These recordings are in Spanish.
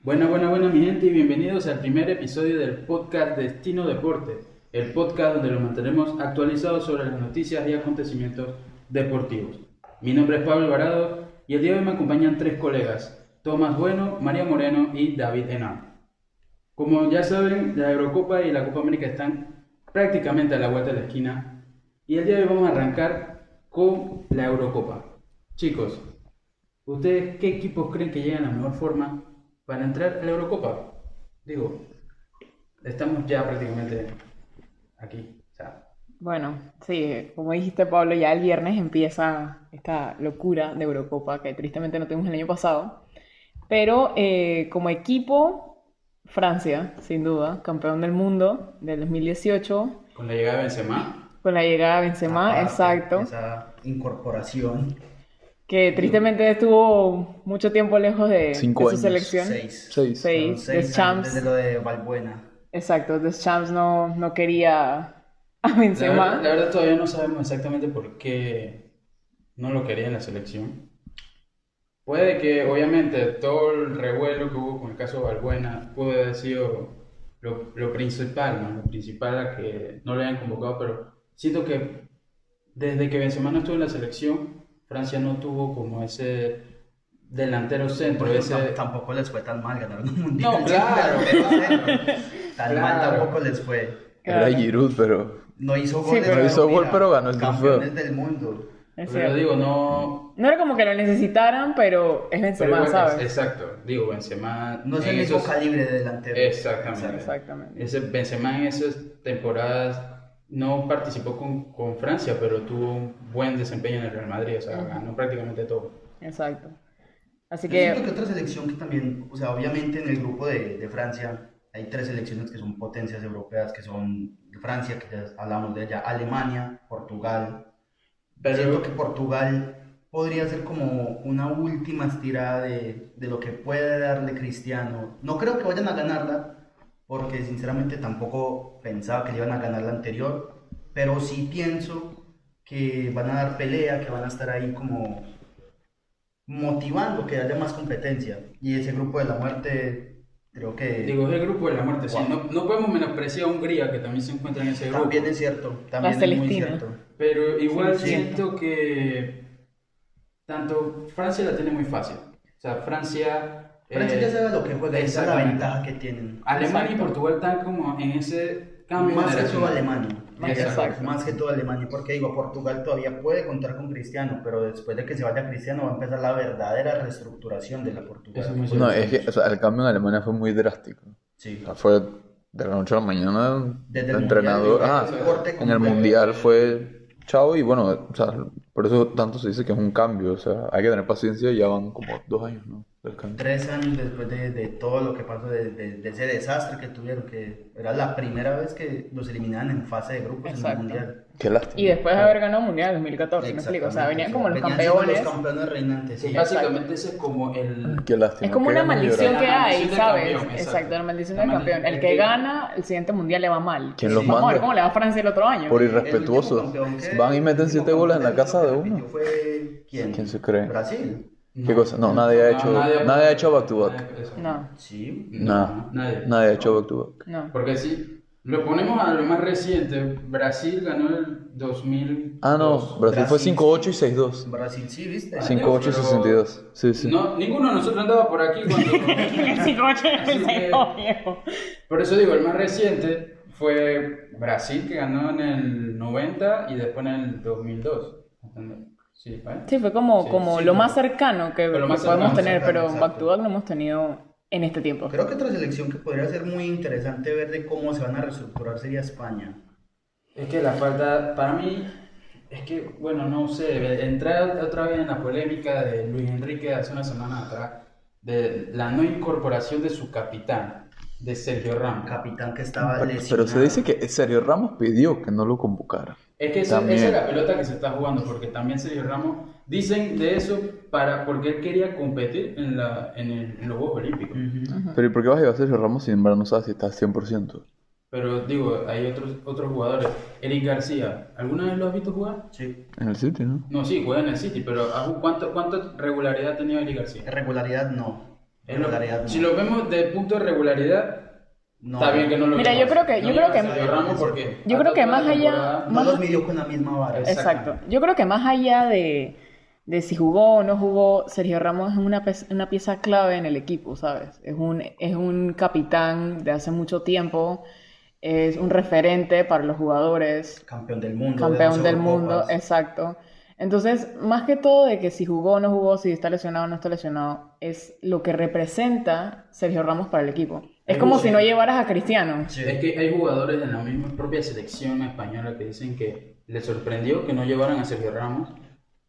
Buena, buena, buena mi gente y bienvenidos al primer episodio del podcast Destino Deporte, el podcast donde lo mantenemos actualizado sobre las noticias y acontecimientos deportivos. Mi nombre es Pablo Alvarado y el día de hoy me acompañan tres colegas, Tomás Bueno, María Moreno y David Enam. Como ya saben, la Eurocopa y la Copa América están prácticamente a la vuelta de la esquina y el día de hoy vamos a arrancar con la Eurocopa. Chicos, ¿ustedes qué equipos creen que llegan a la mejor forma para entrar a la Eurocopa. Digo, estamos ya prácticamente aquí. o sea, Bueno, sí, como dijiste Pablo, ya el viernes empieza esta locura de Eurocopa que tristemente no tuvimos el año pasado. Pero eh, como equipo, Francia, sin duda, campeón del mundo del 2018, con la llegada de Benzema. con la llegada de Benzema, Aparte, exacto, Ah, Esa incorporación. que tristemente estuvo mucho tiempo lejos de, de Cinco su años. selección. Seis. Seis, Seis. Fueron seis de Champs. antes de lo de Valbuena. Exacto, The Champs no, no quería a La, verdad, Benzema. la verdad todavía no sabemos exactamente por qué no lo quería en la selección. Puede que obviamente todo el revuelo que hubo con el caso Valbuena pudo haber sido lo, lo principal, ¿no? Lo principal a que no le hayan convocado, pero siento que desde que Benzema no estuvo en la selección, Francia no tuvo como ese delantero centro, Porque ese, tam- tampoco les fue tan mal ganar un mundial. No, claro, Tan Claro. mal tampoco les fue. Claro. Era Giroud, pero No hizo Sí, gol. pero- No hizo gol, pero ganó el trofeo. Campeones del mundo. Es pero cierto. digo, no, No era como que lo necesitaran, pero es pero Benzema, igual- ¿sabes? exacto, digo, Benzema No es en el mismo esos- calibre de delantero. Exactamente. Exactamente. Ese Benzema en esas temporadas no participó con, con Francia, pero tuvo un buen desempeño en el Real Madrid, o sea, Ujú. ganó prácticamente todo. Exacto. Así Yo que, siento que otra selección que también, o sea, obviamente en el grupo de, de Francia hay tres selecciones que son potencias europeas, que son Francia, que ya hablamos de ella, Alemania, Portugal, Pero Siento que Portugal podría ser como una última estirada de, de lo que puede darle Cristiano. No creo que vayan a ganarla, porque sinceramente tampoco pensaba que le iban a ganar la anterior, pero sí pienso que van a dar pelea, que van a estar ahí como motivando que haya más competencia. Y ese grupo de la muerte, creo que digo, es el grupo de la muerte, sí, Wow. no, no podemos menospreciar a Hungría, que también se encuentra en ese grupo, también es cierto, también La es muy Celestina. cierto. pero igual Sí, sí. siento que tanto Francia la tiene muy fácil, o sea, Francia... Francia eh, ya sabe lo que juega, esa es la exactamente. ventaja que tienen. Alemania y Exacto. Portugal están como en ese cambio más que todo generacional. Alemania. Más Exacto. exacto. Más que todo Alemania, porque digo, Portugal todavía puede contar con Cristiano, pero después de que se vaya Cristiano va a empezar la verdadera reestructuración de la Portugal. Eso es muy no, es que o sea, el cambio en Alemania fue muy drástico. Sí. O sea, fue de la noche a la mañana, Desde el el entrenador, mundial, ah, desde el corte en el completo. mundial fue chao y bueno, o sea, por eso tanto se dice que es un cambio, o sea, hay que tener paciencia, ya van como dos años, ¿no? Del cambio. Tres años después de, de todo lo que pasó, de, de- de ese desastre que tuvieron, que era la primera vez que los eliminaban en fase de grupos Exacto. en el Mundial. Qué lástima. y después de haber ganado el Mundial en 2014, me explico. O sea, Exactamente. venían como los siendo campeones. Los campeones reinantes, sí. Sí, básicamente ese es como el... Qué lástima. Es como una qué ganas de maldición llorar. que La hay, maldición del ¿sabes? campeón, exacto. exacto. la maldición La del campeón. maldición El del que campeón. gana, el siguiente Mundial le va mal. ¿Quién los Vamos a ver manda? cómo le va a Francia el otro año. Por El último irrespetuosos. campeón que- Van y el meten último siete goles en la campeón que casa de repitió uno. Fue... ¿Quién? ¿Quién se cree? Brasil. ¿Qué cosa? No, nadie ha Ah, hecho, nadie ha hecho back to back. Nadie- eso. No, Sí. No. nadie. Nadie ha hecho back to back. no. Porque si lo ponemos a lo más reciente, Brasil ganó el 2000. Ah, no, Brasil fue Brasil. 5-8 y 6-2. Brasil sí, ¿viste? Ah, Sí. 5-8 y Pero- 62. Sí, sí. No, ninguno de nosotros andaba por aquí cuando... Sí, coche, Así que- no, viejo. Por eso digo, el más reciente fue Brasil, que ganó en el 90 y después en el 2002. ¿Entendés? Sí, ¿eh? ¿vale? Sí, fue como, Sí, como sí, lo no. más cercano que, Fue lo más que podemos cercano, tener, cercano, pero un exacto. back to back no hemos tenido en este tiempo. Creo que otra selección que podría ser muy interesante ver de cómo se van a reestructurar sería España. Es que la falta, para mí, es que, bueno, no sé, entrar otra vez en la polémica de Luis Enrique hace una semana atrás, de la no incorporación de su capitán, de Sergio Un Ramos. capitán que estaba Pero, lesionado. pero se dice que Sergio Ramos pidió que no lo convocara. Es que esa, También. esa es la pelota que se está jugando, porque también Sergio Ramos, dicen de eso para porque él quería competir en, la, en, el- en los Juegos Olímpicos. Ujú. Pero ¿y por qué vas a llevar a Sergio Ramos si en verdad no sabes si está al 100%? Pero digo, hay otros, otros jugadores. Eric García, ¿alguna vez lo has visto jugar? Sí. En el City, ¿no? No, sí, juega en el City, pero ¿a- ¿cuánto, ¿cuánto regularidad ha tenido Eric García? Regularidad no. Es lo- Regularidad, no. si Eh, lo vemos de punto de regularidad, No, está bien que no lo Mira, veamos. yo creo que- No yo creo llevas que- a Sergio Ramos porque yo a creo que toda más la allá- temporada- no los midió con la misma vara. Exacto. Exacto. Yo creo que más allá de, de si jugó o no jugó, Sergio Ramos es una, pe- una pieza clave en el equipo, ¿sabes? Es un, es un capitán de hace mucho tiempo, es un referente para los jugadores, Campeón del mundo. campeón de del dos mundo, Eurocopas. exacto. Entonces, más que todo de que si jugó o no jugó, si está lesionado o no está lesionado, es lo que representa Sergio Ramos para el equipo. Es Me como gusta. si no llevaras a Cristiano. Sí. Es que hay jugadores de la misma propia selección española que dicen que les sorprendió que no llevaran a Sergio Ramos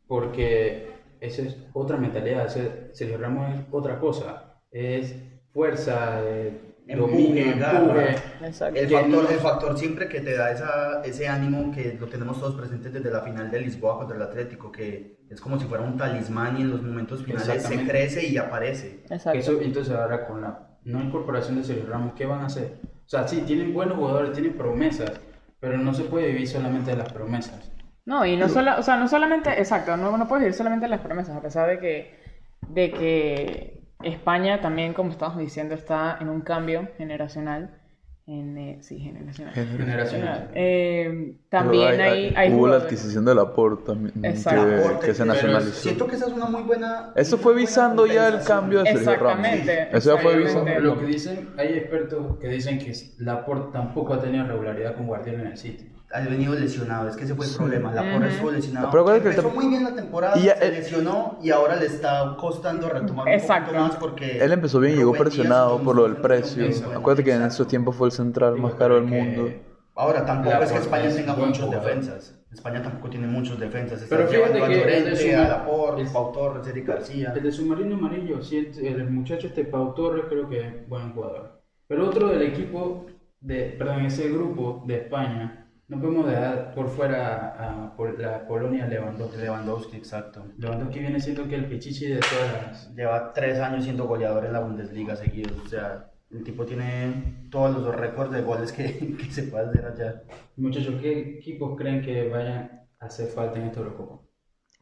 porque esa es otra mentalidad. ese- Sergio Ramos es otra cosa. Es fuerza, eh, Empuje, dominio, garra. empuje. Exacto. El que factor, no- el factor siempre que te da esa, ese ánimo que lo tenemos todos presentes desde la final de Lisboa contra el Atlético, que es como si fuera un talismán y en los momentos finales se Exactamente. crece y aparece. Exacto. Eso, entonces ahora con la no incorporación de Sergio Ramos, ¿qué van a hacer? O sea, sí, tienen buenos jugadores, tienen promesas, pero no se puede vivir solamente de las promesas. No, y no, sola- o sea, no solamente, exacto, no, no puedes vivir solamente las promesas, a pesar de que, de que España también, como estamos diciendo, está en un cambio generacional. En, eh, sí, generacional. Generacional. Eh, también Pero hay, hay hubo la jugadores- adquisición de Laporte también, Exacto. que, que se Pero nacionalizó. Siento que esa es una muy buena. Eso muy fue buena visando ya el compensación. cambio de Sergio Ramos. Exactamente, Eso ya fue exactamente. visando. Lo que dicen, hay expertos que dicen que Laporte tampoco ha tenido regularidad con Guardiola en el sitio. Ha venido lesionado, es que ese fue el problema. La Ujú. porra estuvo lesionado. Pero acuérdate que Empezó el- muy bien la temporada, Y ya- se el- lesionó y ahora le está costando retomar Exacto. un poquito más porque. Él empezó bien, llegó Rubén Díaz presionado entró por lo en del precio. momento en el Acuérdate que en Exacto. esos tiempos fue el central más Digo, caro del porque- mundo. Ahora tampoco La es que Porte España es tenga buen muchos jugador. defensas. España tampoco tiene muchos defensas. Está Pero fíjate llevando a que es de Llorente, su- a Laporte, es- Pau Torres, Eric García. El de submarino amarillo, sí, el, el muchacho este Pau Torres creo que es buen jugador. Pero otro del equipo, de, perdón, ese grupo de España, no podemos dejar por fuera a, a Pol- la Polonia Lewandowski. Lewandowski, exacto. Lewandowski viene siendo que el pichichi de todas las... Lleva tres años siendo goleador en la Bundesliga seguidos. O sea, el tipo tiene todos los récords de goles que, que se puede hacer allá. Muchachos, ¿qué equipos creen que vayan a hacer falta en esta Eurocopa?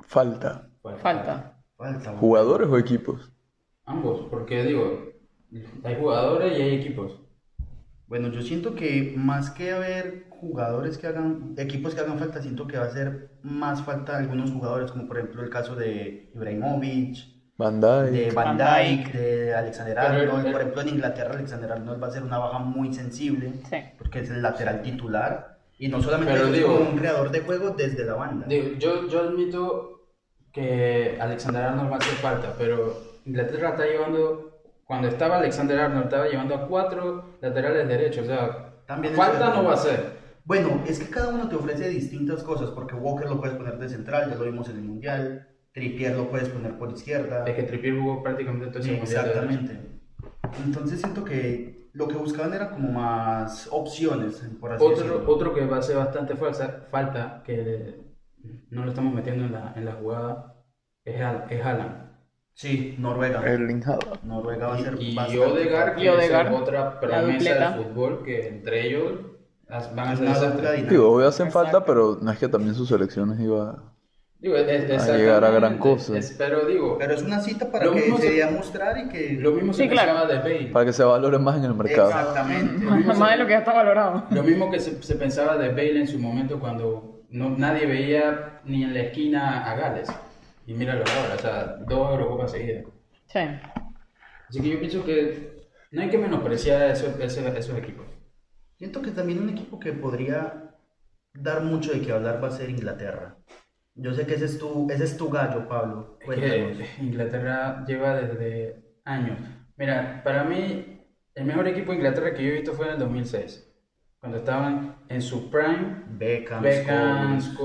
Falta. ¿Cuál? Falta. Falta. ¿Jugadores o equipos? Ambos, porque digo, hay jugadores y hay equipos. Bueno, yo siento que más que haber jugadores que hagan, equipos que hagan falta, siento que va a hacer más falta algunos jugadores, como por ejemplo el caso de Ibrahimovic, Van de Dijk. Van Van Dijk, de Alexander Pero- Arnold. pero- Por ejemplo, en Inglaterra Alexander Arnold va a ser una baja muy sensible Sí. porque es el lateral titular y no solamente Pero eso, es digo- como un creador de juego desde la banda. Digo, yo, yo admito que Alexander Arnold va a hacer falta, pero Inglaterra está llevando, cuando estaba Alexander Arnold, estaba llevando a cuatro laterales derechos, o sea, También es falta verdad. no va a ser. Bueno, es que cada uno te ofrece distintas cosas porque Walker lo puedes poner de central, ya lo vimos en el mundial. Trippier lo puedes poner por izquierda. Es que Trippier jugó prácticamente todo ese Sí, mundial de exactamente. Entonces siento que lo que buscaban era como más opciones, por así Otro, decirlo. otro que va a hacer bastante falsa, falta, que no lo estamos metiendo en la, en la jugada, es, Hal- es Haaland. Sí, Noruega. Erling Haaland. Noruega va a ser Y, y bastante- Odegaard, que Y Odegaard, es otra promesa dupleta. del fútbol, que entre ellos las- van a Es ser una dupla desastres. dinámica. Digo, obvio hacen Exacto. falta, pero no es que también sus selecciones iba. Digo, es- es- A llegar a gran exactamente, cosa. es- pero digo, Pero es una cita para Lo que mismo se se- dé a mostrar y que... Lo mismo se Sí, claro. pensaba de Bale. Para que se valore más en el mercado. Exactamente. Más de lo que ya está valorado. Lo mismo que se, se pensaba de Bale en su momento cuando no, nadie veía ni en la esquina a Gales. Y míralo ahora, o sea, dos Eurocopas seguidas. Sí. Así que yo pienso que no hay que menospreciar a esos, ese- esos equipos. Siento que también un equipo que podría dar mucho de qué hablar va a ser Inglaterra. Yo sé que ese es tu, ese es tu gallo, Pablo. Es Cuéntanos. Pues que Inglaterra lleva desde años. Mira, para mí, el mejor equipo de Inglaterra que yo he visto fue en el 2006. Cuando estaban en su prime, Beckham, Beckham, Scholes.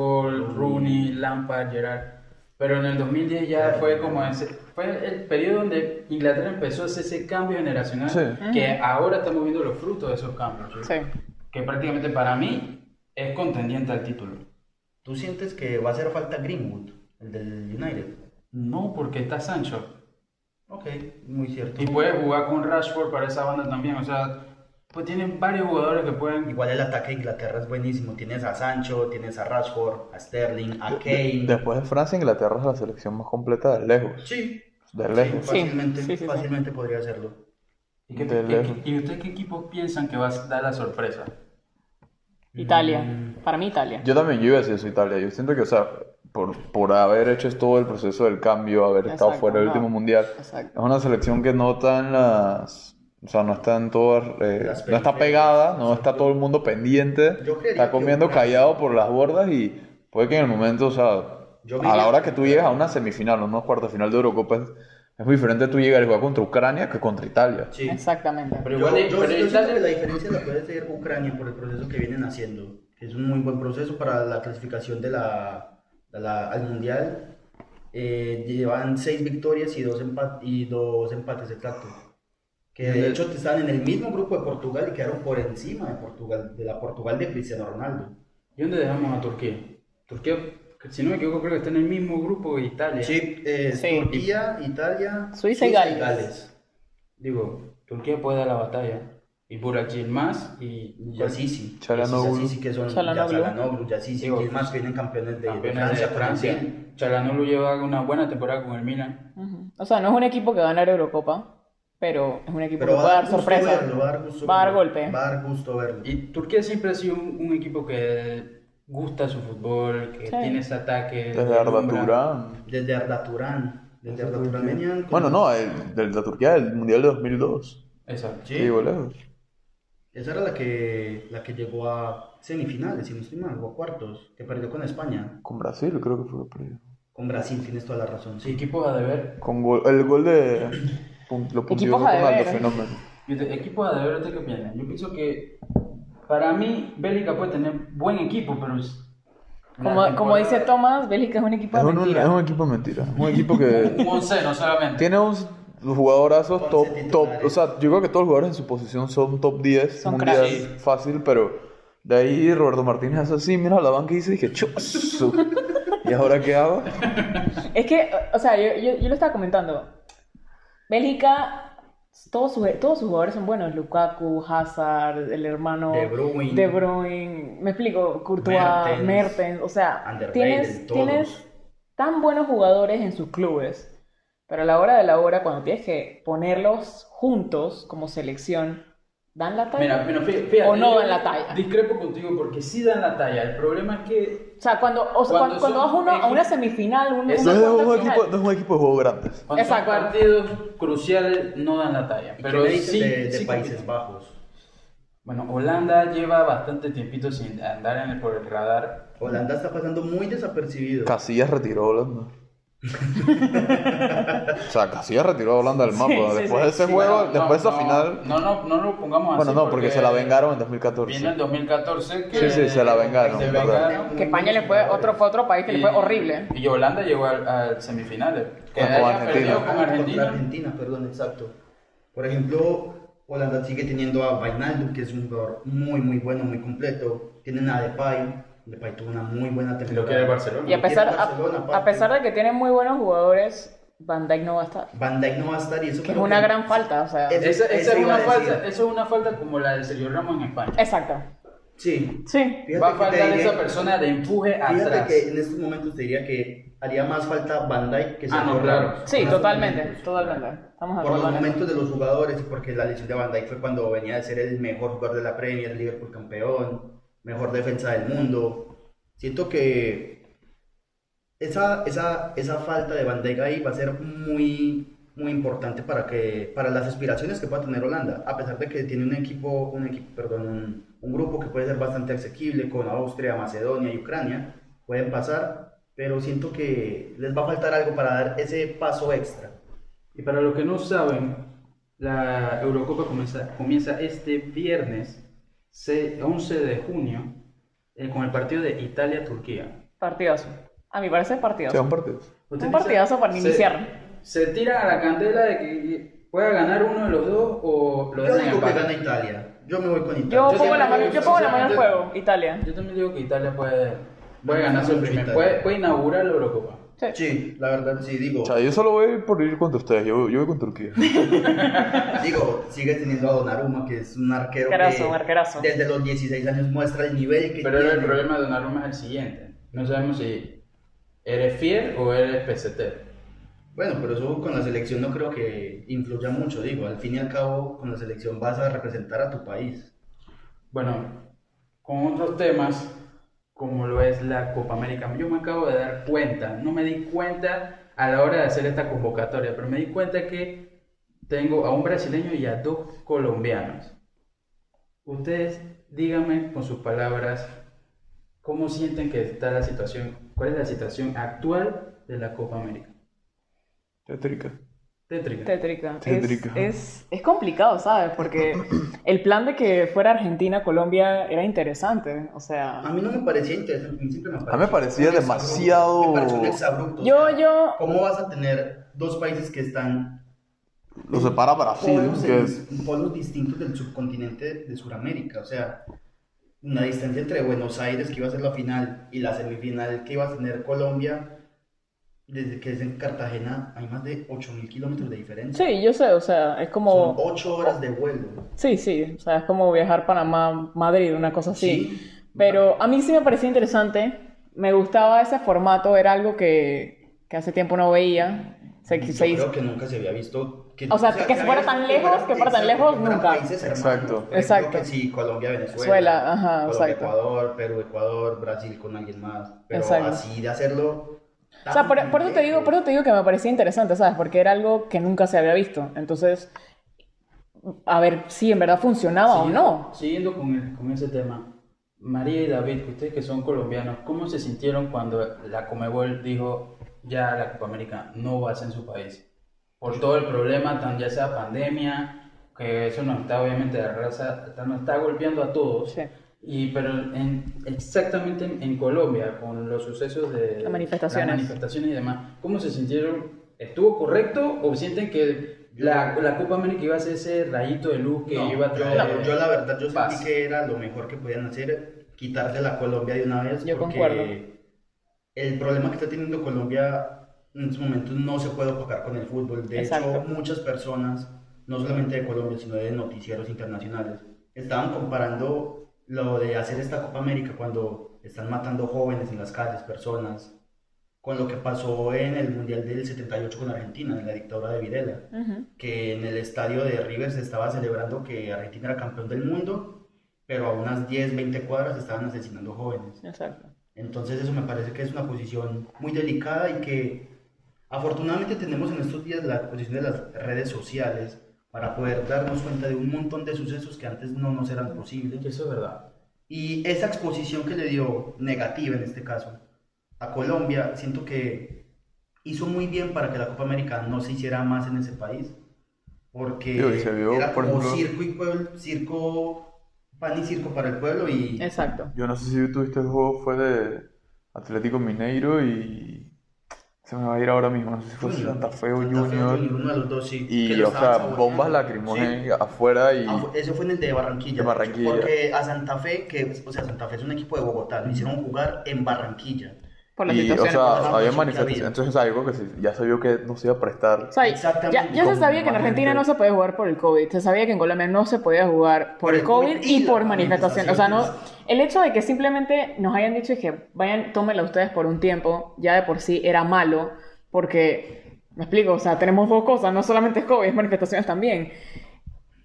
Scholes, Rooney, Lampard, Gerrard. Pero en el 2010 ya Gerrard. fue como ese, fue el periodo donde Inglaterra empezó a hacer ese cambio generacional Sí. que ahora estamos viendo los frutos de esos cambios. ¿sí? Sí. Que prácticamente para mí es contendiente al título. ¿Tú sientes que va a hacer falta Greenwood, el del United? No, porque está Sancho. Ok, muy cierto. Y puede jugar con Rashford para esa banda también. O sea, pues tienen varios jugadores que pueden... Igual el ataque de Inglaterra es buenísimo. Tienes a Sancho, tienes a Ah, Rashford, a Sterling, a Kane. Después de Francia, Inglaterra es la selección más completa de lejos. Sí, de Sí, lejos. fácilmente, Sí, sí, sí. fácilmente podría hacerlo. ¿Y, qué- qué- De lejos. ¿Y ustedes qué equipos piensan que va a dar la sorpresa? Italia. Mm. Para mí, Italia. Yo también, yo iba a decir eso, Italia. Yo siento que, o sea, por, por haber hecho todo el proceso del cambio, haber estado Exacto, fuera del no. último mundial, Exacto. es una selección que no está en las. O sea, no está en todas. eh, Las no está pegada, no está todo el mundo pendiente. Yo creería Está que comiendo Brasil- callado por las bordas y puede que en el momento, o sea, Yo a diría la hora que- que tú llegas a una semifinal o una cuarta final de Eurocopa, es, es muy diferente tú llegar y jugar contra Ucrania que contra Italia. Sí. Exactamente. Pero Yo, igual, yo- pero yo siento Italia- que la diferencia la puede hacer Ucrania por el proceso que vienen haciendo. que Es un muy buen proceso para la clasificación de la, de la- al Mundial. Eh, llevan seis victorias y dos, empa- y dos empates exactos. Que de hecho están en el mismo grupo de Portugal y quedaron por encima de Portugal, de la Portugal de Cristiano Ronaldo. ¿Y dónde dejamos a Turquía? Turquía, si no me equivoco, creo que está en el mismo grupo que Italia. Sí, eh, Sí. Turquía, Italia, Suiza y Gales. Digo, Turquía puede dar la batalla. Y por aquí el más y Y Yazici. Chalanoglu. Yazici, que son Chalanoglu. Chalanoglu, Yazici, Digo, y es más que vienen campeones de, de campeones Francia, de Francia. Brasil. Chalanoglu lleva una buena temporada con el Milan. Ujú. O sea, no es un equipo que va a ganar Eurocopa, pero es un equipo Pero que puede pues, dar gusto sorpresa. verlo, va a dar gusto Va a dar verlo, golpe. Va a dar gusto verlo. Y Turquía siempre ha sido un, un equipo que gusta su fútbol, que Sí. tiene ese ataque. Desde que Arda alumbra. Turán. Desde Arda Turán. Desde Arda Turán venían con- Bueno, no, el, de la Turquía del Mundial de 2002. Exacto. Sí, Sí, boludo. Esa era la que, la que llegó a semifinales, si no estoy mal, o a cuartos, que perdió con España. Con Brasil, creo que fue que perdió. Con Brasil, tienes toda la razón. Sí, Sí, equipos a deber. Con gol- el gol de. pun- Lo puntió Equipos a Ronaldo, deber, ¿eh? fenómeno. Fíjate, Equipos a deber, ¿usted qué piensa? Yo pienso que para mí Bélgica puede tener buen equipo, pero... es- Como, la como dice temporada- Tomás, Bélgica es un equipo Es de un, mentira. es un equipo de mentira. Es un equipo que Un onceno solamente. tiene unos jugadorazos Once top, top. titulares. O sea, yo creo que todos los jugadores en su posición son top 10. Son mundial cracks. Sí. fácil, pero de ahí Roberto Martínez hace así, mira la banca y dice, dije, chuzo. ¿Y ahora qué hago? Es que, o sea, yo, yo- yo lo estaba comentando. Bélgica, todos sus, todos sus jugadores son buenos. Lukaku, Hazard, el hermano De Bruyne. De Bruyne. Me explico, Courtois, Mertens. Mertens. O sea, Alderweireld, tienes, todos. tienes tan buenos jugadores en sus clubes, pero a la hora de la hora, cuando tienes que ponerlos juntos como selección, dan la Mira, talla. mira, fí- fíjate, O no yo dan la talla. Discrepo contigo porque sí dan la talla. El problema es que o sea, cuando, o sea, Cuando cuando, cuando son vas uno a una equipos- semifinal, un- una Eso No es cuarta un final, equipo, no es un equipo de juego grandes. cuando son Exacto. partidos cruciales no dan la talla. ¿Y Pero qué me dices sí, de, de sí Países compiten. Bajos? Bueno, Holanda lleva bastante tiempito sin andar en el- por el radar. Holanda está pasando muy desapercibido. Casillas retiró a Holanda. o sea, Casillas retiró a Holanda del mapa. Sí, sí, después de ese Sí, Este juego, no, después de no, esa final. No, no, no lo pongamos bueno, así. no, porque, se la vengaron en 2014. Vino el 2014 que Sí, sí, se la vengaron, se es verdad. vengaron. Que España le fue otro, fue otro país que le fue horrible. Y Holanda llegó al, al semifinales. Que Con haya Argentina. perdido con Contra Argentina. Argentina, perdón, exacto. Por ejemplo, Holanda sigue teniendo a Vainaldum, que es un jugador muy, muy bueno, muy completo. Tienen a Depay. Depay tuvo una muy buena temporada. Lo quiere el Barcelona. Y a pesar, Tiene a, Barcelona, a aparte. pesar de que tienen muy buenos jugadores, Van Dijk no va a estar. Van Dijk no va a estar y eso Que es creo una que- gran falta, o sea. Es- Esa, esa Eso es iba una a decir. falta, eso es una falta como la de Sergio Ramos en España. Exacto. Sí. Sí. Fíjate Va a que te faltar diría- esa persona de empuje Fíjate atrás. que en estos momentos te diría que haría más falta Van Dijk que Ah, Sergio no, claro. Ramos. En Sí, estos totalmente, momentos. totalmente. Estamos de Por los acuerdo en eso. momentos de los jugadores, porque la lesión de Van Dijk fue cuando venía de ser el mejor jugador de la Premier, Liverpool campeón, mejor defensa del mundo. Siento que esa, esa, esa falta de Van Dijk ahí va a ser muy, muy importante para, que, para las aspiraciones que pueda tener Holanda, a pesar de que tiene un equipo, un, equipo, perdón, un, un grupo que puede ser bastante asequible con Austria, Macedonia y Ucrania, pueden pasar, pero siento que les va a faltar algo para dar ese paso extra. Y para los que no saben, la Eurocopa comienza, comienza este viernes se- 11 de junio eh, con el partido de Italia-Turquía. Partidazo. A mi parecer Sí, es partidazo. un partido. ¿Usted Un dice- partidazo para se- iniciar. Se tira a la candela de que pueda ganar uno de los dos o lo Yo dejan digo que empate. gana Italia. Yo me voy con Yo Italia. Yo pongo siempre la mano, digo- yo pongo la mano al sinceramente- fuego, Italia. Yo también digo que Italia puede, puede ganar su Mucho primer, Italia. puede, puede inaugurar la Eurocopa. Sí. Sí, la verdad sí, digo. O sea, yo solo voy por ir contra ustedes. Yo, yo voy con Turquía. Digo, sigue teniendo a Donnarumma, que es un arquero Arquerazo, que un arquerazo. desde los 16 años muestra el nivel que Pero tiene. el problema de Donnarumma es el siguiente. No sabemos si eres fiel o eres pesetero. Bueno, pero eso con la selección no creo que influya mucho, digo, al fin y al cabo con la selección vas a representar a tu país. Bueno, con otros temas, como lo es la Copa América, yo me acabo de dar cuenta, no me di cuenta a la hora de hacer esta convocatoria, pero me di cuenta que tengo a un brasileño y a dos colombianos. Ustedes díganme con sus palabras cómo sienten que está la situación, cuál es la situación actual de la Copa América. Tétrica. Tétrica. Tétrica. Es- Tétrica. Es, es complicado, ¿sabes? Porque el plan de que fuera Argentina, Colombia era interesante. O A sea, mí no me parecía interesante, a mí siempre me A mí me parecía un exabrupto, demasiado- Me pareció un exabrupto, o yo, sea, yo, ¿Cómo vas a tener dos países que están Lo separa Brasil, polos, Ah, que en- es polos distintos del subcontinente de Sudamérica? O sea, una distancia entre Buenos Aires, que iba a ser la final, y la semifinal que iba a tener Colombia, desde que es en Cartagena, hay más de 8.000 kilómetros de diferencia. sí, yo sé, o sea, es Son como, 8 horas de vuelo. sí, sí, o sea, es como viajar Panamá, Madrid, una cosa así. Sí. Pero a mí sí me parecía interesante, me gustaba ese formato, era algo que, que hace tiempo no veía. Se, Yo se hizo- creo que nunca se había visto que, O sea, que se fuera tan lejos, que fuera tan lejos, nunca. Exacto. exacto Exacto. exacto sí Colombia Venezuela Venezuela, ajá, Colombia, exacto. Ecuador Perú Ecuador Brasil con alguien más pero Exacto. así de hacerlo O sea, tan por, por eso te digo, lejos. por eso te digo que me parecía interesante, ¿sabes? Porque era algo que nunca se había visto. Entonces, a ver si en verdad funcionaba o no. Siguiendo con, el- con ese tema, María y David, ustedes que son colombianos, ¿cómo se sintieron cuando la Comebol dijo ya la Copa América no va a ser en su país? Por todo el problema, tan ya sea pandemia, que eso nos está obviamente de raza, nos está golpeando a todos. Sí. Y pero en, exactamente en, en Colombia, con los sucesos de Las manifestaciones. las manifestaciones y demás, ¿cómo se sintieron? ¿Estuvo correcto o sienten que la, la Copa América iba a ser ese rayito de luz que No, iba a yo, traer? yo la verdad yo paz. sentí que era lo mejor que podían hacer quitarle la Colombia de una vez Yo porque concuerdo. el problema que está teniendo Colombia en estos momentos no se puede opacar con el fútbol de Exacto. hecho muchas personas no solamente de Colombia sino de noticieros internacionales estaban comparando lo de hacer esta Copa América cuando están matando jóvenes en las calles personas con lo que pasó en el Mundial del 78 con Argentina en la dictadura de Videla Ujú. que en el estadio de River se estaba celebrando que Argentina era campeón del mundo, pero a unas 10, 20 cuadras estaban asesinando jóvenes. Exacto. Entonces eso me parece que es una posición muy delicada y que afortunadamente tenemos en estos días la posición de las redes sociales para poder darnos cuenta de un montón de sucesos que antes no nos eran posibles. Que Eso es verdad. Y esa exposición que le dio, negativa en este caso, a Colombia, siento que hizo muy bien para que la Copa América no se hiciera más en ese país. Porque Digo, y se vio, era por como ejemplo- circo y pueblo, circo, pan y circo para el pueblo y Exacto. Yo no sé si tuviste el juego, fue de Atlético Mineiro y se me va a ir ahora mismo, no sé si fue Junior. Santa Fe o Santa Fe Junior. uno de los dos, sí, Y, que lo o sea, estaban saboreando. bombas Sí. lacrimógenas afuera y... Ah, fue- Eso fue en el de Barranquilla. De Barranquilla. Porque a Santa Fe, que, o sea, Santa Fe es un equipo de Bogotá, lo hicieron jugar en Barranquilla. Por la y, o situación. sea, por la había situación que manifestaciones, había. entonces algo que sí, ya se vio que no se iba a prestar. O sea, ya, Exactamente. ya se Con sabía que en más Argentina gente. no se podía jugar por el COVID. Se sabía que en Colombia no se podía jugar por, el COVID y las por manifestación. O sea, no, manifestaciones. el hecho de que simplemente nos hayan dicho que vayan, tómenla ustedes por un tiempo, ya de por sí era malo, porque, me explico, o sea, tenemos dos cosas, no solamente es COVID, es manifestaciones también.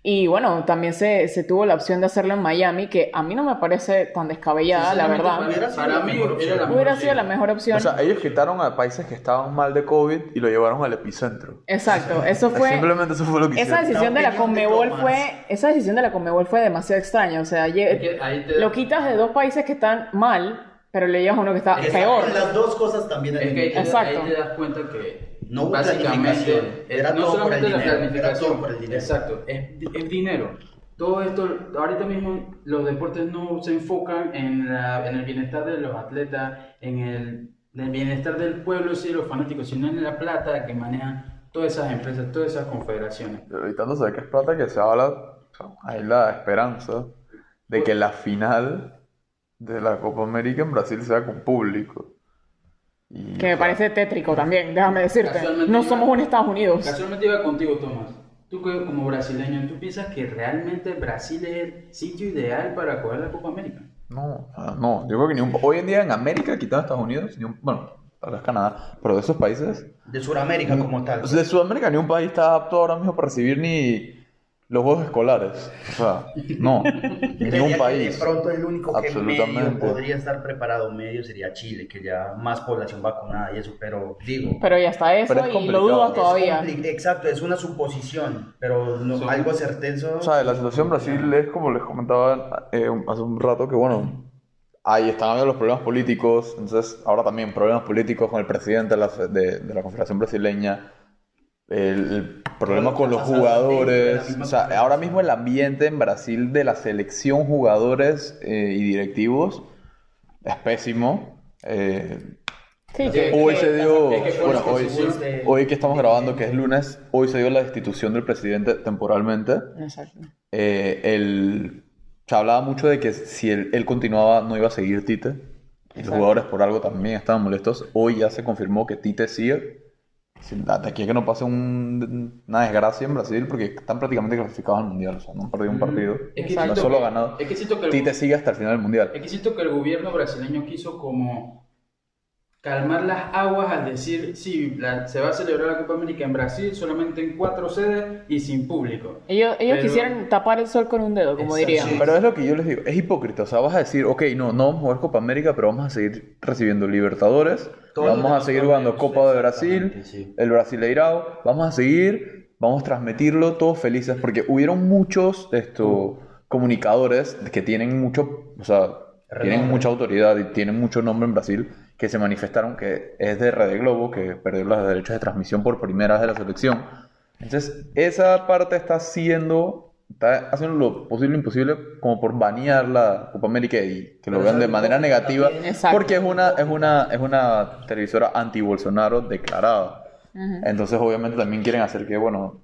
Y bueno, también se, se tuvo la opción de hacerlo en Miami, que a mí no me parece tan descabellada, la Sinceramente, verdad. Para, para mí era la mejor Hubiera sido opción. la mejor opción. O sea, ellos quitaron a países que estaban mal de COVID y lo llevaron al epicentro. Exacto, eso fue... Simplemente eso fue lo que Esa hicieron. decisión de la opinión de Conmebol Tomás. fue, esa decisión de la Conmebol fue demasiado extraña, o sea, lle- Es que ahí te- lo quitas de dos países que están mal, pero le llevas a uno que está Exacto, Ah, peor. Las dos cosas también. Es que ahí te, Exacto. ahí te das cuenta que No hubo básicamente planificación, es- era no todo por solamente el la dinero, era planificación, todo por el dinero. exacto, es, di- es dinero. Todo esto, ahorita mismo los deportes no se enfocan en, la- en el bienestar de los atletas, en el, en el bienestar del pueblo y de los fanáticos, sino en la plata que manejan todas esas empresas, todas esas confederaciones. Evitando saber que es plata, que se habla, o sea, hay la esperanza de que la final de la Copa América en Brasil sea con público. Y, Que me o sea, parece tétrico también, déjame decirte. Casualmente No iba- somos un Estados Unidos. Casualmente iba contigo, Tomás. Tú que- como brasileño, ¿tú piensas que realmente Brasil es el sitio ideal para coger la Copa América? ah, No, o sea, no, yo creo que ni un... Hoy en día en América, quitando Estados Unidos, ni un... bueno, tal vez Canadá, pero de esos países, De Sudamérica como tal. pues, o sea, de Sudamérica ni un país está apto ahora mismo para recibir ni los juegos escolares. O sea, no, Creería ningún que país. De pronto el único que medio Absolutamente. podría estar preparado, medio sería Chile, que ya más población vacunada y eso, pero digo, Pero ya está eso Pero es y lo dudas complicado. todavía. compli- exacto, es una suposición, pero no- Son- algo certero. O sea, la situación en Brasil es como les comentaba eh, hace un rato que, bueno, ahí están habiendo los problemas políticos, entonces ahora también problemas políticos con el presidente de la, fe- de, de la Confederación Brasileña, el, el problema con los Todo lo que ha pasado dentro jugadores, de la misma o sea, ahora confederación. mismo el ambiente en Brasil de la selección, jugadores eh, y directivos es pésimo. Eh, Sí, Sí, que- Hoy que- se dio, es que fue bueno, una hoy, constitución. hoy que estamos grabando, que es lunes, hoy se dio la destitución del presidente temporalmente Exacto. eh, él- se hablaba mucho de que si él, él continuaba no iba a seguir Tite. Y los Exacto. jugadores por algo también estaban molestos. Hoy ya se confirmó que Tite sigue. Si- De aquí a que no pase un- una desgracia en Brasil porque están prácticamente clasificados al Mundial. O sea, no han perdido un partido. Es que Mm. Exacto. siento Solo que- ha ganado. Es que siento que el- Tite sigue hasta el final del Mundial. Es que siento que el gobierno brasileño quiso como calmar las aguas al decir, sí, la- se va a celebrar la Copa América en Brasil solamente en cuatro sedes y sin público. Ellos, ellos Pero- quisieron tapar el sol con un dedo, como Exacto. dirían. Sí. Pero es lo que yo les digo, es hipócrita. O sea, vas a decir, ok, no, no vamos a jugar Copa América, pero vamos a seguir recibiendo Libertadores, Todos vamos a los seguir torneos, jugando Copa de Brasil, exactamente, sí. el Brasileirao, vamos a seguir, vamos a transmitirlo todos felices, porque hubieron muchos esto, comunicadores que tienen mucho, o sea, tienen Renombre. mucha autoridad y tienen mucho nombre en Brasil, que se manifestaron que es de Rede Globo, que perdió los derechos de transmisión por primera vez de la selección. Entonces, esa parte está haciendo, está haciendo lo posible e imposible como por banear la Copa América y que Pero lo vean de sabe manera cómo negativa, también. Exacto. porque es una, es una, es una televisora anti-Bolsonaro declarada. Ujú. Entonces, obviamente, también quieren hacer que, bueno,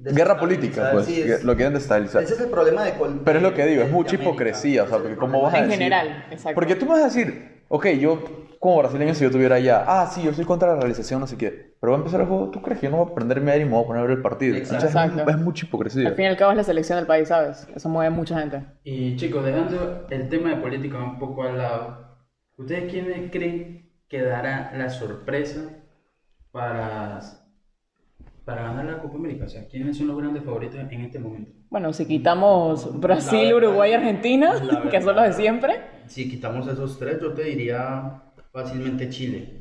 guerra política, pues, Sí, que es- lo quieren destabilizar. Ese es el problema de col- Pero es lo que digo, es de mucha América. hipocresía, o sea, Ese es porque el ¿cómo problema. vas a En decir- general, exacto. Porque tú me vas a decir, ok, yo como brasileño, si yo tuviera ya, ah, sí, yo soy contra la realización, no sé qué, pero va a empezar el juego, ¿tú crees que yo no voy a prender mi aire y me voy a poner a ver el partido? Exacto. Entonces, es, Exacto. es mucha hipocresía. Al fin y al cabo es la selección del país, ¿sabes? Eso mueve mucha gente. Y chicos, dejando el tema de política un poco al lado, ¿ustedes quiénes creen que dará la sorpresa para, para ganar la Copa América? O sea, ¿quiénes son los grandes favoritos en este momento? Bueno, si quitamos La Brasil, verdad. Uruguay, Argentina, La verdad. que son los de siempre, Si quitamos esos tres, yo te diría fácilmente Chile.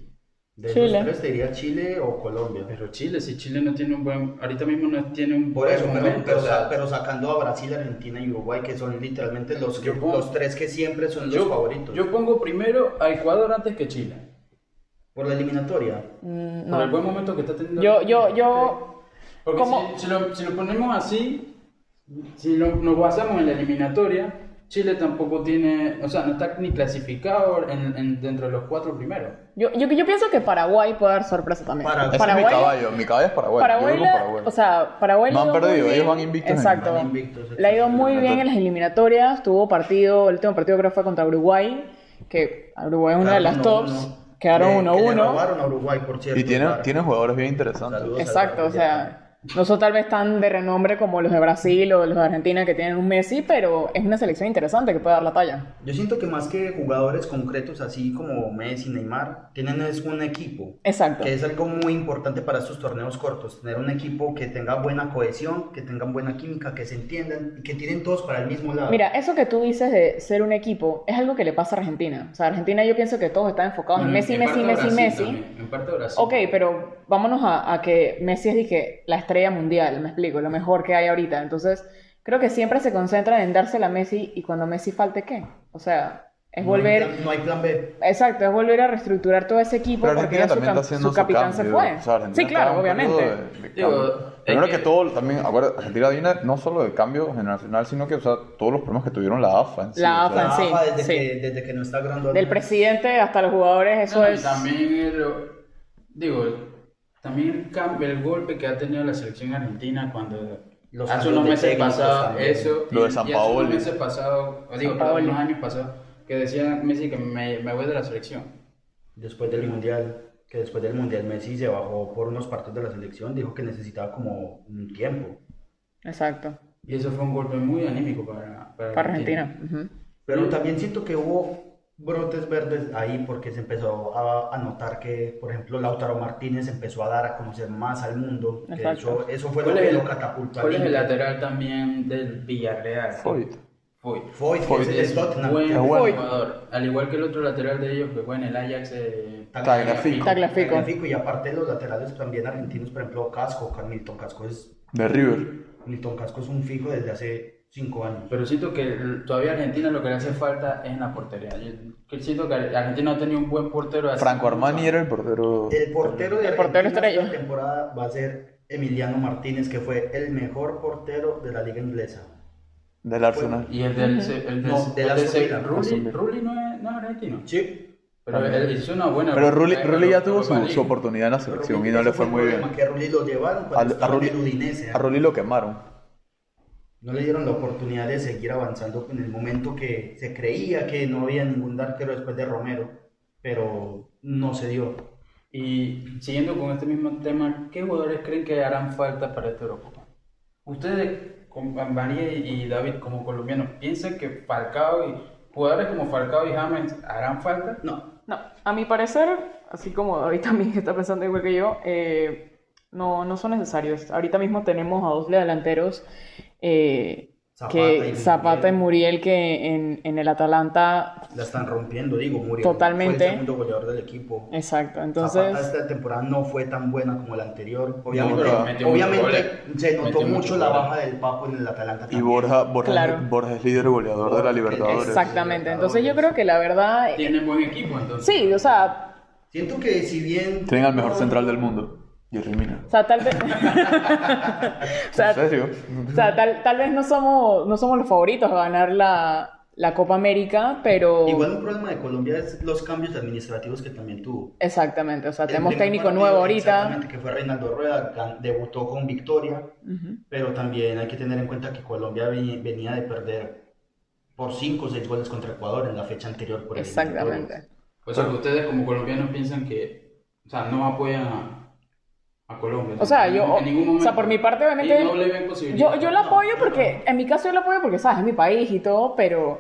De Chile. esos tres te diría Chile o Colombia. Pero Chile, si Chile no tiene un buen, ahorita mismo no tiene un Por buen eso, pero, momento, pero o sea, sa- pero sacando a Brasil, Argentina y Uruguay, que son literalmente los, que- Yo pongo- los tres que siempre son los yo, favoritos. yo pongo primero a Ecuador antes que Chile, Por la eliminatoria. mm, por el no. buen momento que está teniendo. Yo, yo, yo, Porque ¿Cómo? si, si lo, si lo ponemos así, si lo- nos basamos en la eliminatoria, Chile tampoco tiene, o sea, no está ni clasificado en, en- dentro de los cuatro primeros. yo, yo, yo pienso que Paraguay puede dar sorpresa también. Paraguay. Ese es mi caballo, mi caballo es Paraguay. Paraguay yo voy la- con Paraguay. o sea, Paraguay No le han ha ido muy perdido, ellos bien. van invictos en- Exacto. Van invictos, Le ha ido muy exacto. bien en las eliminatorias, tuvo partido, el último partido creo que fue contra Uruguay, que Uruguay es una de las Quedaron tops, 1-1. quedaron Que- Eh, que le 1-1. robaron a Uruguay, por cierto. y tienen, para- tienen jugadores bien interesantes. Saludos. Exacto, o sea, no son tal vez tan de renombre como los de Brasil o los de Argentina que tienen un Messi, pero es una selección interesante que puede dar la talla. Yo siento que más que jugadores concretos, así como Messi, Neymar, tienen es un equipo. Exacto. Que es algo muy importante para estos torneos cortos, tener un equipo que tenga buena cohesión, que tengan buena química, que se entiendan y que tiren todos para el mismo lado. Mira, eso que tú dices de ser un equipo es algo que le pasa a Argentina. O sea, Argentina yo pienso que todos están enfocados en Bueno, Messi, en Messi, parte Messi, Brasil Messi. también, en parte Brasil. Ok, pero vámonos a, a que Messi es dije, la estrella mundial, me explico, lo mejor que hay ahorita. Entonces, creo que siempre se concentran en dársela a Messi y cuando Messi falte, ¿qué? O sea, es No hay volver, plan- no hay plan B. exacto, es volver a reestructurar todo ese equipo Pero porque Argentina ya su, también cam- está haciendo su su capitán se cambio. fue. O sea, Argentina sí, está claro, en un periodo obviamente. de- de Digo, cambio. es Primero que- que todo, también, acuérdate, Argentina viene no solo de cambio generacional, sino que, o sea, todos los problemas que tuvieron la AFA. en sí, La o sea, AFA, La Ah, sí, AFA Ah, desde, sí. que, desde que no está Grandona. Del presidente hasta los jugadores, eso No, y es... También el, digo, también el, cambio, el golpe que ha tenido la selección argentina cuando Los hace cambios unos de meses técnicos pasado también. eso Lo de San y hace unos Paoli. meses pasado, digo, San perdón, Paoli. unos años pasados que decía Messi que me, me voy de la selección. Después del Mundial, que después del Mundial Messi se bajó por unos partidos de la selección, dijo que necesitaba como un tiempo. Exacto, Y eso fue un golpe muy anímico para, para para Argentina. ujú. Pero también siento que hubo brotes verdes ahí porque se empezó a, a notar que, por ejemplo, Lautaro Martínez empezó a dar a conocer más al mundo. que de Exacto. hecho, eso fue lo ¿Cuál es que el, lo catapultó al cuál es el Inter. lateral también del Villarreal? Foyt. Foyt. Foyt, que es Foyt Es el Tottenham. buen Es bueno. jugador. Al igual que el otro lateral de ellos que fue en el Ajax. eh, Tagliafico. Tagliafico. Tagliafico, Y aparte los laterales también argentinos, por ejemplo, Casco, Car- Milton Casco es, De River. Milton Casco es un fijo desde hace cinco años. Pero siento que el- todavía a Argentina lo que le hace falta es en la portería. Yo que siento que Argentina no tenía un buen portero. así. Franco Armani era el portero. El portero de El portero Argentina estrella. esta temporada va a ser Emiliano Martínez, que fue el mejor portero de la liga inglesa. Del Arsenal. Y el del. El del, No, el de del- la Aston Villa. Rulli, Rulli no, es, no es argentino. Sí. Pero él hizo una buena. Pero Rulli, eh, Rulli ya pero- tuvo pero su, su oportunidad en la selección y Ese no le fue el muy bien. problema, Que a Rulli lo llevaron A- a cuando estaba en Rulli- el Udinese. ¿eh? A Rulli lo quemaron. No le dieron la oportunidad de seguir avanzando en el momento que se creía que no había ningún arquero después de Romero, pero no se dio. Y siguiendo con este mismo tema, ¿qué jugadores creen que harán falta para esta Eurocopa? Ustedes, con María y David, como colombianos, ¿piensan que Falcao y jugadores como Falcao y James harán falta? No, No, a mi parecer, así como David también está pensando igual que yo, eh, no, no son necesarios. Ahorita mismo tenemos a dos delanteros eh, Zapata y que Muriel. Zapata y Muriel que en, en el Atalanta, la están rompiendo, digo, Muriel Totalmente. fue el segundo goleador del equipo. exacto. Zapata Entonces, esta temporada no fue tan buena como la anterior. Obviamente, pero metió muchos obviamente goles. se notó Metió mucho muchos la goles. baja del Papo en el Atalanta Y también. Borja, Borja, Claro. Borja es líder goleador de la Libertadores. exactamente. Entonces yo creo que la verdad, Tienen buen equipo, entonces. sí, o sea, Siento que si bien Tienen al mejor central del mundo. Jerry Mina. o sea, tal vez, o sea, ¿En serio? O sea, tal, tal vez no somos, no somos los favoritos a ganar la, la Copa América, pero... igual un problema de Colombia es los cambios administrativos que también tuvo. Exactamente, o sea, El tenemos primer técnico partido, nuevo ahorita. Exactamente, que fue Reinaldo Rueda, gan- debutó con victoria, Ujú. pero también hay que tener en cuenta que Colombia veni- venía de perder por 5 o 6 goles contra Ecuador en la fecha anterior por eliminatorias. Exactamente. O sea, que Pues ustedes como colombianos piensan que, o sea, no apoyan a, a Colombia. O sea, yo, En ningún o sea, por mi parte, obviamente, Y no le ven posibilidad. yo, yo lo No, apoyo no, porque, en mi caso yo lo apoyo porque, sabes, es mi país y todo, pero,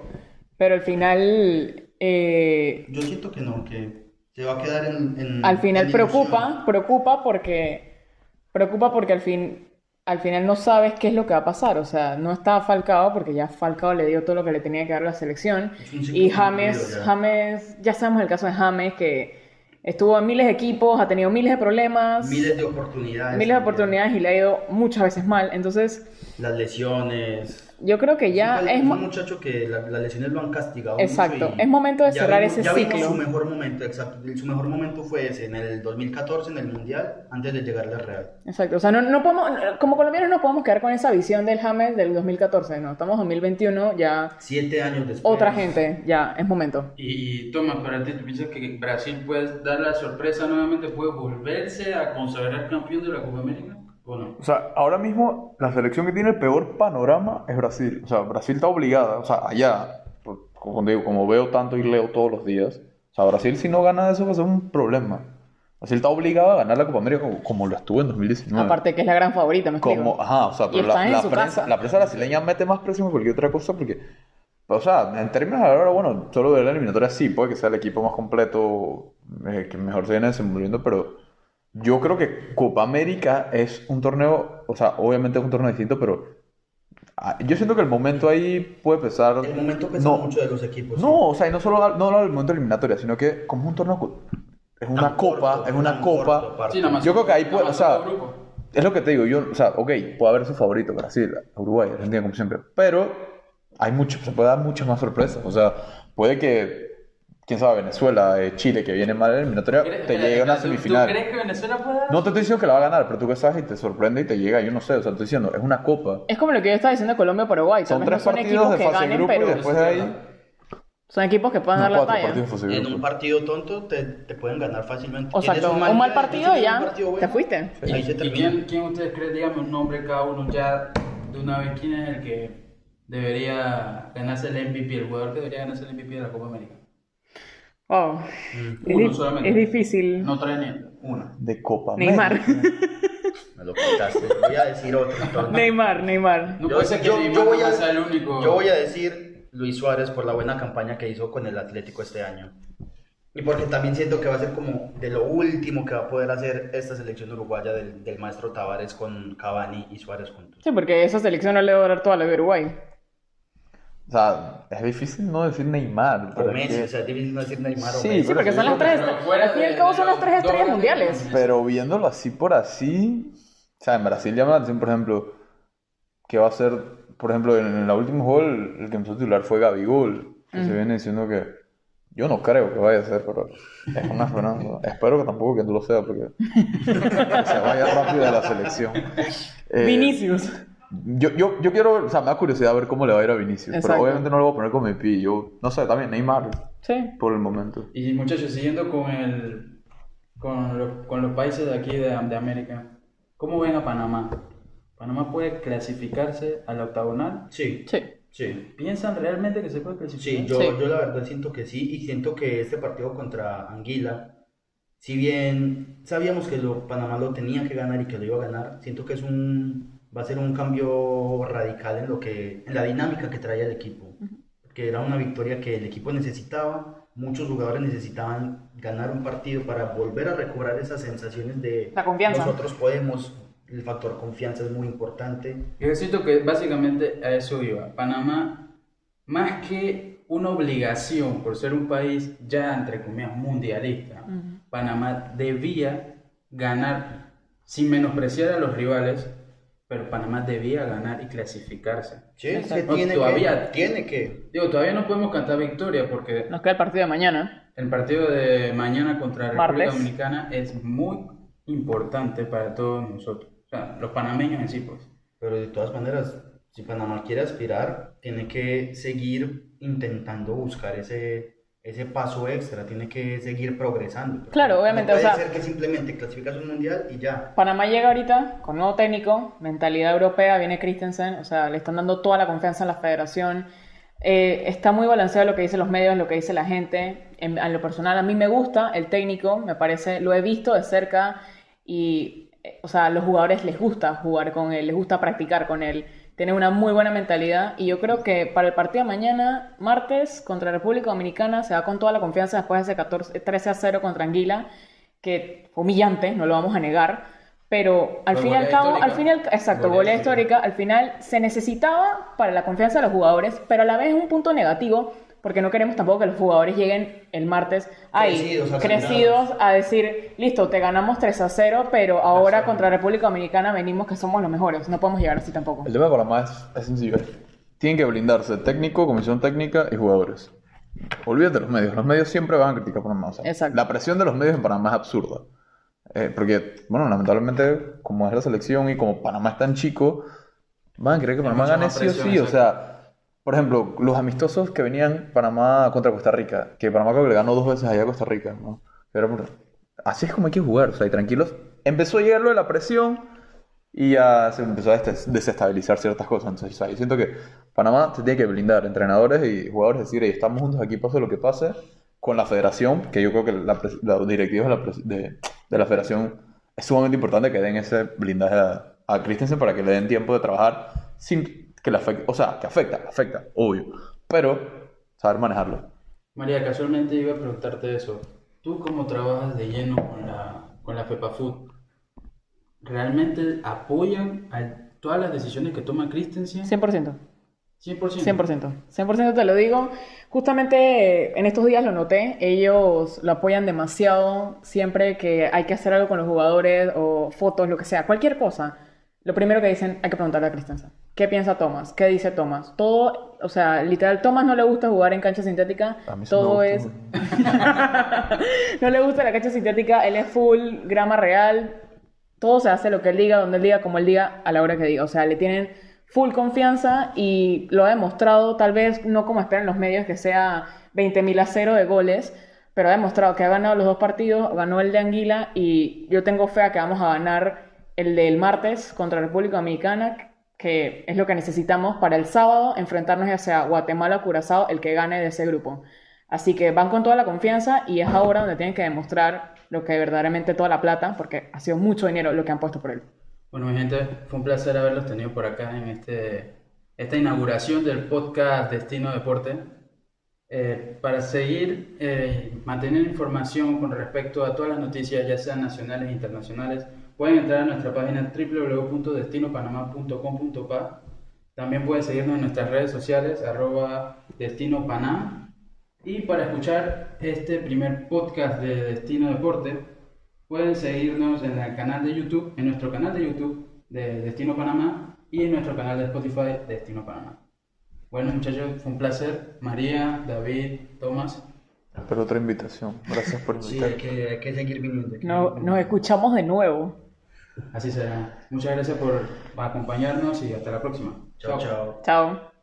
pero al final, eh, Yo siento que no, que se va a quedar en... en- al final en preocupa, preocupa porque, preocupa porque al fin, al final no sabes qué es lo que va a pasar, o sea, no está Falcao porque ya Falcao le dio todo lo que le tenía que dar a la selección. ilusión. Es un ciclo Y James, cumplido ya. James, ya sabemos el caso de James, que estuvo en miles de equipos, ha tenido miles de problemas, miles, Miles de oportunidades. de también. oportunidades y le ha ido muchas veces mal. Entonces, Las lesiones. yo creo que ya Siempre es, un mo- muchacho que la- las lesiones lo han castigado. Exacto, mucho y es momento de ya cerrar vimos- ese ya vimos ciclo. su mejor momento, exacto. Su mejor momento fue ese, en el 2014, en el Mundial, antes de llegarle al Real. Exacto, o sea, no, no podemos, como colombianos no podemos quedar con esa visión del James del 2014, no, estamos en 2021, ya Siete años después. otra gente, ya es momento. Y Tomás, para ti, ¿tú piensas que Brasil puede dar la sorpresa nuevamente? ¿Puede volverse a consagrar campeón de la Copa América? ¿O no? O sea, ahora mismo la selección que tiene el peor panorama es Brasil. O sea, Brasil está obligada, o sea, allá, por- como, digo, como veo tanto y leo todos los días, o sea, Brasil si no gana eso va a ser un problema. Brasil está obligado a ganar la Copa América como, como lo estuvo en 2019. Aparte que es la gran favorita, me explico. Ah. Como, ah. ajá, o sea, Y pero la, están en la su prensa, casa. la prensa brasileña mete más presión que cualquier otra cosa porque, o sea, en términos de ahora, bueno, solo de la eliminatoria sí, puede que sea el equipo más completo, eh, que mejor se viene desenvolviendo, pero yo creo que Copa América es un torneo, o sea, obviamente es un torneo distinto, pero ah, yo siento que el momento ahí puede pesar. El momento pesa no, mucho de los equipos. no, o sea, y no solo no hablo del momento eliminatoria, sino que como es un torneo, co- es una copa, es una copa. Sí, nada más. Yo creo que ahí Nada puede- más o sea, otro grupo. Es lo que te digo, yo, o sea, ok, puede haber su favorito, Brasil, Uruguay, Argentina, como siempre, pero hay mucho, se puede dar muchas más sorpresas, o sea, puede que, quién sabe, Venezuela, eh, Chile, que viene mal en la eliminatoria, ¿Crees- te espérate, llegue a una ¿tú- ¿Tú semifinal. crees que Venezuela puede dar? No te estoy diciendo que la va a ganar, pero tú que sabes y te sorprende y te llega, yo no sé, o sea, estoy diciendo, es una copa. Es como lo que yo estaba diciendo de Colombia-Paraguay, tal Son vez tres no son partidos equipos de que fase de ganen, grupo y pero después de ahí, Eso es no, son equipos que puedan dar la cuatro talla. partidos de fase de En un grupo. partido tonto te, te pueden ganar fácilmente. O sea, Tienes un mal partido tienes ya un partido bueno, te fuiste. ¿Y, Ahí se y termina. quién, quién ustedes creen, digamos, un nombre cada uno ya de una vez, quién es el que debería ganarse el MVP, el jugador que debería ganarse el MVP de la Copa América? Wow. Es, Uno di- solamente. es difícil. No trae ni una. De Copa Neymar. América. Me lo quitaste. Voy a decir otro. entonces. Neymar, Neymar. No Yo- puede ser que yo- Neymar yo voy no a- sea el único. Yo voy a decir Luis Suárez por la buena campaña que hizo con el Atlético este año. Y porque también siento que va a ser como de lo último que va a poder hacer esta selección uruguaya del, del maestro Tavares con Cavani y Suárez juntos. Sí, porque esa selección no le va a dar toda la de Uruguay. O sea, es difícil no decir Neymar. O pero es Messi, que- o sea, es difícil no decir Neymar o Sí, Messi. Sí, porque son las tres. Pero fuera Al fin y al de- cabo son de las tres los estrellas dos mundiales. Pero viéndolo así por así, o sea, en Brasil llama la atención, por ejemplo, que va a ser, por ejemplo, en, en la última juego el, el que empezó a titular fue Gabigol, que se Ujú. viene diciendo que yo no creo que vaya a ser, pero es una esperanza. Espero que tampoco que lo sea, porque que se vaya rápido de la selección. Eh, Vinicius. yo, yo, yo quiero, o sea, me da curiosidad ver cómo le va a ir a Vinicius, pero Exacto. obviamente no lo voy a poner con mi pi, yo, no sé, también Neymar, Sí. por el momento. Y muchachos, siguiendo con el con, lo- con los países de aquí de, de América, ¿cómo ven a Panamá? ¿Panamá puede clasificarse a la octagonal? Sí, Sí. sí. ¿Piensan realmente que se puede clasificar? Sí, yo, Sí. yo la verdad siento que sí, y siento que este partido contra Anguila, si bien sabíamos que lo, Panamá lo tenía que ganar y que lo iba a ganar, siento que es un, va a ser un cambio radical en lo que, en la dinámica que traía el equipo, que era una victoria que el equipo necesitaba, muchos jugadores necesitaban ganar un partido para volver a recobrar esas sensaciones de La confianza. nosotros podemos, el factor confianza es muy importante. Yo siento que básicamente a eso iba. Panamá, más que una obligación por ser un país ya, entre comillas, mundialista, Ujú. Panamá debía ganar, sin menospreciar a los rivales, pero Panamá debía ganar y clasificarse. Sí, es que Exacto. tiene Todavía- que, tiene que. Digo, todavía no podemos cantar victoria porque Nos queda el partido de mañana. el partido de mañana contra República Martes. Dominicana es muy importante para todos nosotros. O sea, los panameños en sí, pues. Pero de todas maneras, si Panamá quiere aspirar, tiene que seguir intentando buscar ese, ese paso extra, tiene que seguir progresando. porque Claro, obviamente, no puede o sea- ser que simplemente clasificas un mundial y ya. Panamá llega ahorita con nuevo técnico, mentalidad europea, viene Christensen, o sea, le están dando toda la confianza en la federación. Eh, está muy balanceado lo que dicen los medios, lo que dice la gente. En, a lo personal, a mí me gusta el técnico, me parece, lo he visto de cerca y, eh, o sea, a los jugadores les gusta jugar con él, les gusta practicar con él. Tiene una muy buena mentalidad y yo creo que para el partido de mañana, martes, contra República Dominicana, se va con toda la confianza después de ese 14, 13 a 0 contra Anguila, que fue humillante, no lo vamos a negar. Pero al Fue fin y al goleada cabo, histórica. al fin y al- exacto, Goleada goleada histórica. histórica, al final se necesitaba para la confianza de los jugadores, pero a la vez es un punto negativo, porque no queremos tampoco que los jugadores lleguen el martes ahí, Crecidos, crecidos, acelerados. a decir, listo, te ganamos 3 a 0, pero ahora Exacto. contra República Dominicana venimos que somos los mejores, no podemos llegar así tampoco. El tema de Panamá es, es sencillo. es- Tienen que blindarse técnico, comisión técnica y jugadores. Olvídate de los medios. Los medios siempre van a criticar a Panamá. o sea, Exacto. La presión de los medios en Panamá es absurda. Eh, porque, bueno, lamentablemente, como es la selección y como Panamá es tan chico, van a querer que Hay Panamá mucha gane más sí o presión, sí. O sea, por ejemplo, los amistosos que venían Panamá contra Costa Rica, que Panamá creo que le ganó dos veces allá a Costa Rica, ¿no? Pero, bueno, así es como hay que jugar, o sea, y tranquilos. Empezó a llegar lo de la presión y ya se empezó a des- desestabilizar ciertas cosas. Entonces, o sea, yo siento que Panamá se tiene que blindar, entrenadores y jugadores, decir, "Ey, estamos juntos aquí, pase lo que pase, con la federación, que yo creo que la, pres- la directiva de la, pres- de, de la federación es sumamente importante que den ese blindaje a, a Christensen para que le den tiempo de trabajar sin que le afecte, o sea, que afecta, afecta, obvio, pero saber manejarlo. María, casualmente iba a preguntarte eso. ¿Tú cómo trabajas de lleno con la, con la FEPAFUT? ¿Realmente apoyan a todas las decisiones que toma Christensen? 100%. 100%. 100%. 100% te lo digo. Justamente eh, en estos días lo noté. Ellos lo apoyan demasiado. Siempre que hay que hacer algo con los jugadores o fotos, lo que sea, cualquier cosa. Lo primero que dicen, hay que preguntarle a Christensen. ¿Qué piensa Thomas? ¿Qué dice Thomas? Todo, o sea, literal, Thomas no le gusta jugar en cancha sintética. A mí sí me Todo gusta, es... güey. no le gusta la cancha sintética. Él es full, grama real. Todo se hace lo que él diga, donde él diga, como él diga, a la hora que diga. O sea, le tienen full confianza y lo ha demostrado, tal vez no como esperan los medios, que sea 20.000 a 0 de goles, pero ha demostrado que ha ganado los dos partidos, ganó el de Anguila y yo tengo fe a que vamos a ganar el del martes contra República Dominicana, que es lo que necesitamos para el sábado enfrentarnos ya sea Guatemala o Curazao, el que gane de ese grupo. Así que van con toda la confianza y es ahora donde tienen que demostrar lo que verdaderamente toda la plata, porque ha sido mucho dinero lo que han puesto por él. Bueno, mi gente, fue un placer haberlos tenido por acá en este esta inauguración del podcast Destino Deporte. Eh, para seguir eh, manteniendo información con respecto a todas las noticias, ya sean nacionales e internacionales, pueden entrar a nuestra página www.destinopanamá.com.pa. También pueden seguirnos en nuestras redes sociales, arroba Destino Panam. Y para escuchar este primer podcast de Destino Deporte, pueden seguirnos en el canal de YouTube, en nuestro canal de YouTube de Destino Panamá y en nuestro canal de Spotify Destino Panamá. Bueno, muchachos, fue un placer. María, David, Tomás. Espero otra invitación. Gracias por Sí, hay invitarme. que, hay que seguir viniendo. hay que No- seguir nos escuchamos de nuevo. Así será. Muchas gracias por acompañarnos y hasta la próxima. viniendo. Chao, chao. Chao.